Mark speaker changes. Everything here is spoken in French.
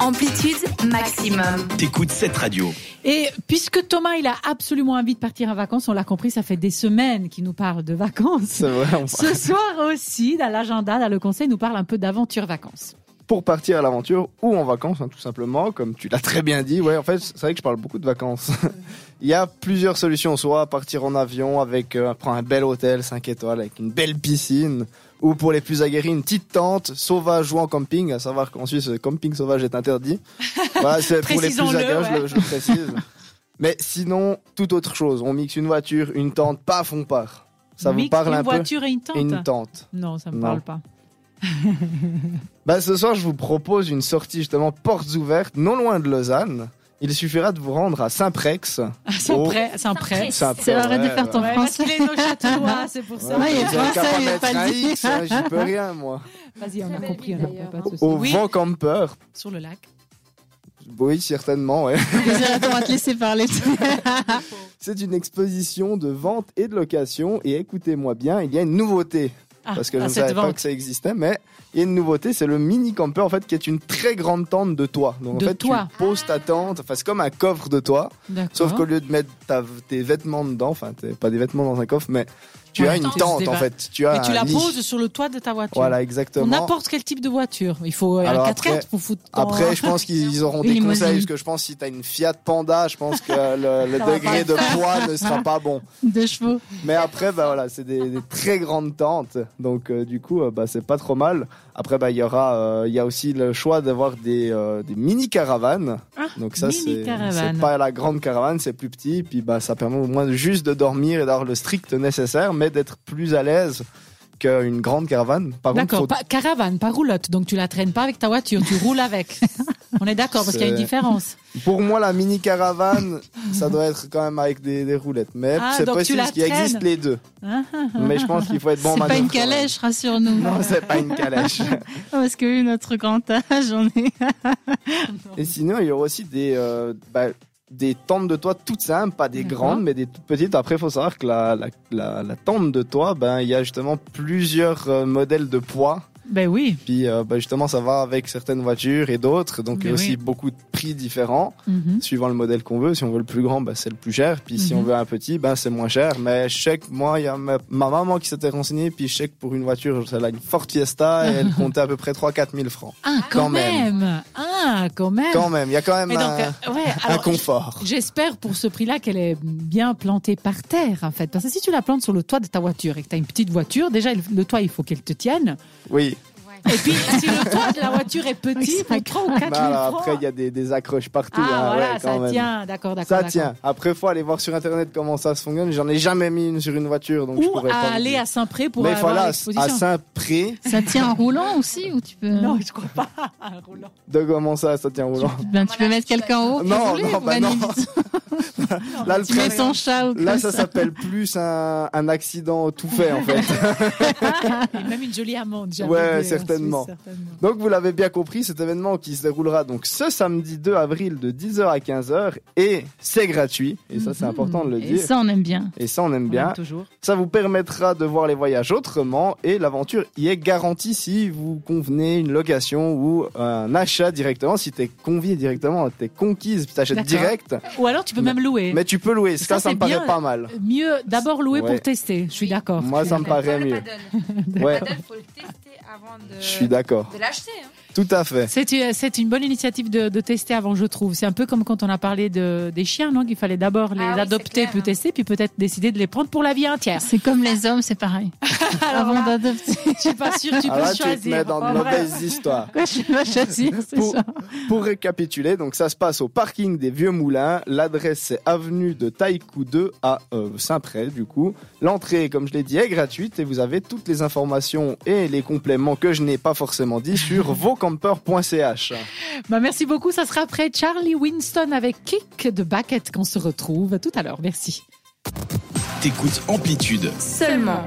Speaker 1: Amplitude maximum.
Speaker 2: T'écoutes cette radio.
Speaker 3: Et puisque Thomas, il a absolument envie de partir en vacances, on l'a compris, ça fait des semaines qu'il nous parle de vacances.
Speaker 4: C'est vrai, on-
Speaker 3: Ce soir aussi, dans l'agenda, dans le conseil, il nous parle un peu d'aventure vacances.
Speaker 4: Pour partir à l'aventure ou en vacances, hein, tout simplement, comme tu l'as très bien dit. Ouais, en fait, c'est vrai que je parle beaucoup de vacances. Il y a plusieurs solutions, soit partir en avion avec euh, prendre un bel hôtel 5 étoiles avec une belle piscine, ou pour les plus aguerris, une petite tente sauvage ou en camping, à savoir qu'en Suisse, le camping sauvage est interdit. Voilà, c'est pour les plus
Speaker 3: Précisons-le,
Speaker 4: aguerris, je,
Speaker 3: ouais.
Speaker 4: le, je le précise. Mais sinon, toute autre chose, on mixe une voiture, une tente, paf, on part. Ça vous
Speaker 3: Mix,
Speaker 4: parle
Speaker 3: une
Speaker 4: un peu
Speaker 3: voiture et une tente
Speaker 4: Une tente.
Speaker 3: Non, ça me
Speaker 4: Non.
Speaker 3: parle pas.
Speaker 4: Bah, ce soir, je vous propose une sortie justement portes ouvertes, non loin de Lausanne. Il suffira de vous rendre à Saint-Prex.
Speaker 3: Ah, Sans
Speaker 4: Oh.
Speaker 3: prêt, sans prêt.
Speaker 4: C'est un peu,
Speaker 5: C'est vrai de
Speaker 4: ouais,
Speaker 5: faire ton
Speaker 4: ouais.
Speaker 3: Ouais, parce
Speaker 5: français.
Speaker 3: qu'il est neuchâtelois, c'est pour ça.
Speaker 5: Ouais, il y a
Speaker 4: vous
Speaker 5: pas
Speaker 4: êtes
Speaker 5: ça,
Speaker 4: capable
Speaker 5: il
Speaker 4: de
Speaker 5: a
Speaker 4: mettre
Speaker 5: pas
Speaker 4: un
Speaker 5: dit.
Speaker 4: X, hein, j'y peux rien, moi.
Speaker 3: Vas-y, on
Speaker 5: Très
Speaker 3: a
Speaker 5: belle
Speaker 3: compris,
Speaker 5: vie,
Speaker 3: on a
Speaker 5: d'ailleurs.
Speaker 3: pas de souci.
Speaker 4: Au
Speaker 3: Oui,
Speaker 4: vent camper.
Speaker 3: sur le lac.
Speaker 4: Oui, certainement, ouais.
Speaker 5: on va te laisser parler.
Speaker 4: C'est une exposition de vente et de location. Et écoutez-moi bien, il y a une nouveauté.
Speaker 3: Ah,
Speaker 4: Parce que je
Speaker 3: à
Speaker 4: ne
Speaker 3: cette
Speaker 4: savais pas
Speaker 3: vente.
Speaker 4: que ça existait, mais il y a une nouveauté, c'est le mini camper en fait qui est une très grande tente de toit. Donc
Speaker 3: De
Speaker 4: en fait
Speaker 3: toit.
Speaker 4: tu poses ta tente, enfin c'est comme un coffre de toit, Sauf
Speaker 3: D'accord.
Speaker 4: qu'au lieu de mettre ta- tes vêtements dedans, enfin t'es- pas des vêtements dans un coffre, mais tu
Speaker 3: Ouais,
Speaker 4: as une
Speaker 3: tente,
Speaker 4: tente
Speaker 3: c'est
Speaker 4: en
Speaker 3: pas-
Speaker 4: fait. Tu as
Speaker 3: Et tu
Speaker 4: un
Speaker 3: la
Speaker 4: lit.
Speaker 3: poses sur le toit de ta voiture.
Speaker 4: Voilà,
Speaker 3: Ou
Speaker 4: exactement.
Speaker 3: N'importe quel type de voiture. Il faut euh,
Speaker 4: Alors
Speaker 3: un
Speaker 4: après-
Speaker 3: 4x4 pour foutre. ton-
Speaker 4: Après, je pense qu'ils auront
Speaker 5: Une
Speaker 4: des
Speaker 5: limousine.
Speaker 4: conseils, parce que je pense que si t'as une Fiat Panda, je pense que le, le
Speaker 3: Ça va
Speaker 4: degré
Speaker 3: pas
Speaker 4: de poids ne sera pas bon.
Speaker 5: Deux chevaux.
Speaker 4: Mais après, bah voilà, c'est des, des très grandes tentes, donc euh, du coup, euh, bah c'est pas trop mal. Après, bah il y aura, euh, il y a aussi le choix d'avoir des, euh, des mini caravanes.
Speaker 3: Ah,
Speaker 4: Donc ça,
Speaker 3: mini
Speaker 4: c'est
Speaker 3: caravane.
Speaker 4: c'est pas la grande caravane, c'est plus petit. Puis bah, ça permet au moins de- juste de dormir et d'avoir le strict nécessaire, mais d'être plus à l'aise qu'une grande caravane. Par contre,
Speaker 3: D'accord,
Speaker 4: faut-
Speaker 3: pas, caravane, pas roulotte. Donc tu la traînes pas avec ta voiture, tu roules avec. On est d'accord, parce qu'il y a une
Speaker 4: C'est-
Speaker 3: différence.
Speaker 4: pour moi, la mini caravane, ça doit être quand même avec des, des roulettes. Mais
Speaker 3: Ah,
Speaker 4: c'est
Speaker 3: donc tu
Speaker 4: possible
Speaker 3: la
Speaker 4: parce qu'il existe
Speaker 3: traînes.
Speaker 4: les deux.
Speaker 3: Hein
Speaker 4: Mais je pense qu'il faut être bon.
Speaker 5: c'est pas
Speaker 4: manœuvre
Speaker 5: une
Speaker 4: quand même.
Speaker 5: calèche, rassure-nous. Ah,
Speaker 4: Non, c'est pas une calèche.
Speaker 5: Parce que vu notre grand âge, on est.
Speaker 4: Et sinon, il y aura aussi des, euh, bah, des tentes de toit toutes simples, pas des
Speaker 3: D'accord.
Speaker 4: grandes, mais des toutes petites. Après, il faut savoir que la, la, la- la tente de toit, ben, il y a justement plusieurs euh, modèles de poids.
Speaker 3: Ben oui.
Speaker 4: Puis euh, bah, justement, ça va avec certaines voitures et d'autres. Donc il y a
Speaker 3: Mais
Speaker 4: aussi
Speaker 3: oui.
Speaker 4: beaucoup de prix différents,
Speaker 3: Mhm.
Speaker 4: suivant le modèle qu'on veut. Si on veut le plus grand, bah, c'est le plus cher. Puis si
Speaker 3: Mhm.
Speaker 4: on veut un petit, bah, c'est moins cher. Mais je sais que moi, il y a ma, ma maman qui s'était renseignée. Puis je sais que pour une voiture, elle a une Ford Fiesta et elle comptait à peu près 3-4 000 francs.
Speaker 3: Ah, quand,
Speaker 4: Quand
Speaker 3: même.
Speaker 4: même.
Speaker 3: Ah, quand même.
Speaker 4: Quand même, il y a quand même
Speaker 3: Mais donc,
Speaker 4: un,
Speaker 3: euh, ouais,
Speaker 4: un
Speaker 3: alors,
Speaker 4: confort.
Speaker 3: J'espère pour ce prix-là qu'elle est bien plantée par terre, en fait. Parce que si tu la plantes sur le toit de ta voiture et que tu as une petite voiture, déjà, il- le toit, il faut qu'elle te tienne.
Speaker 4: Oui.
Speaker 3: Et puis, si le toit de la voiture est petit, pour
Speaker 5: Cinq.
Speaker 3: 3 ou 4 000
Speaker 4: Bah, alors,
Speaker 3: francs.
Speaker 4: après, il y a des, des accroches partout.
Speaker 3: Ah,
Speaker 4: hein,
Speaker 3: voilà,
Speaker 4: ouais, quand
Speaker 3: ça
Speaker 4: même.
Speaker 3: tient. D'accord, d'accord.
Speaker 4: Ça
Speaker 3: d'accord.
Speaker 4: tient. Après, faut aller voir sur internet comment ça se fonctionne. J'en ai jamais mis une sur une voiture, donc je
Speaker 3: Ou
Speaker 4: pourrais
Speaker 3: à
Speaker 4: pas vous
Speaker 3: aller
Speaker 4: dire.
Speaker 3: à Saint-Pré pour
Speaker 4: Mais
Speaker 3: avoir
Speaker 4: voilà, à
Speaker 3: l'exposition.
Speaker 4: Saint-Pré,
Speaker 5: Ça tient en roulant aussi ou tu peux.
Speaker 3: Non, je crois pas. Un roulant.
Speaker 4: de comment ça, ça tient roulant.
Speaker 5: Ben, tu peux mettre quelqu'un en haut. pour
Speaker 4: Non,
Speaker 5: rouler,
Speaker 4: non,
Speaker 5: ou
Speaker 4: bah
Speaker 5: un
Speaker 4: non.
Speaker 5: hélice.
Speaker 4: Là, le
Speaker 5: Tu mets
Speaker 4: problème-
Speaker 5: ton chat ou
Speaker 4: Là,
Speaker 5: comme
Speaker 4: ça
Speaker 5: ça.
Speaker 4: s'appelle plus un, un accident tout fait, en fait.
Speaker 3: Et même une jolie amende, j'avais
Speaker 4: Ouais,
Speaker 3: vu en
Speaker 4: certainement.
Speaker 3: Suisse, certainement.
Speaker 4: Donc, vous l'avez bien compris, cet événement qui se déroulera donc ce samedi 2 avril de 10h à 15h et c'est gratuit. Et ça, c'est
Speaker 3: Mhm.
Speaker 4: important de le
Speaker 5: Et
Speaker 4: dire.
Speaker 5: ça, on aime bien.
Speaker 4: Et ça, on aime
Speaker 3: On
Speaker 4: bien.
Speaker 3: aime toujours.
Speaker 4: Ça vous permettra de voir les voyages autrement et l'aventure y est garantie si vous convenez une location ou un achat directement. Si t'es convié directement, t'es conquise, t'achètes
Speaker 3: D'accord.
Speaker 4: direct.
Speaker 3: Ou alors, tu peux même louer.
Speaker 4: Mais tu peux louer. Ça,
Speaker 3: Ça,
Speaker 4: ça,
Speaker 3: c'est
Speaker 4: me paraît
Speaker 3: bien.
Speaker 4: pas mal.
Speaker 3: Mieux d'abord louer
Speaker 4: Ouais.
Speaker 3: pour tester, je suis d'accord.
Speaker 4: Moi, ça me paraît
Speaker 6: Comme
Speaker 4: mieux.
Speaker 6: Le paddle. Le
Speaker 4: Ouais.
Speaker 6: paddle, faut le tester avant de,
Speaker 4: Je suis d'accord.
Speaker 6: de l'acheter. hein.
Speaker 4: Tout à fait.
Speaker 3: C'est une, c'est une bonne initiative de, de tester avant, je trouve. C'est un peu comme quand on a parlé de, des chiens, non Qu'il fallait d'abord les
Speaker 6: Ah oui, c'est
Speaker 3: adopter,
Speaker 6: clair,
Speaker 3: puis
Speaker 6: hein.
Speaker 3: tester, puis peut-être décider de les prendre pour la vie entière.
Speaker 5: C'est comme les hommes, c'est pareil. Avant d'adopter.
Speaker 3: Je suis pas sûre, tu
Speaker 4: Ah
Speaker 3: peux
Speaker 4: là, tu
Speaker 3: choisir.
Speaker 4: te mets dans de
Speaker 3: En vrai.
Speaker 4: mauvaises histoires.
Speaker 5: Quoi, je vais choisir, c'est
Speaker 4: Pour-
Speaker 5: ça.
Speaker 4: Pour récapituler, donc ça se passe au parking des Vieux Moulins. L'adresse c'est avenue de Taïkou 2 à euh, Saint-Pré, du coup. L'entrée, comme je l'ai dit, est gratuite et vous avez toutes les informations et les compléments que je n'ai pas forcément dit sur vaucampeurs.ch.
Speaker 3: Bah, merci beaucoup, ça sera après Charlie Winston avec Kick de Bucket qu'on se retrouve tout à l'heure. Merci.
Speaker 2: T'écoutes Amplitude.
Speaker 1: Seulement.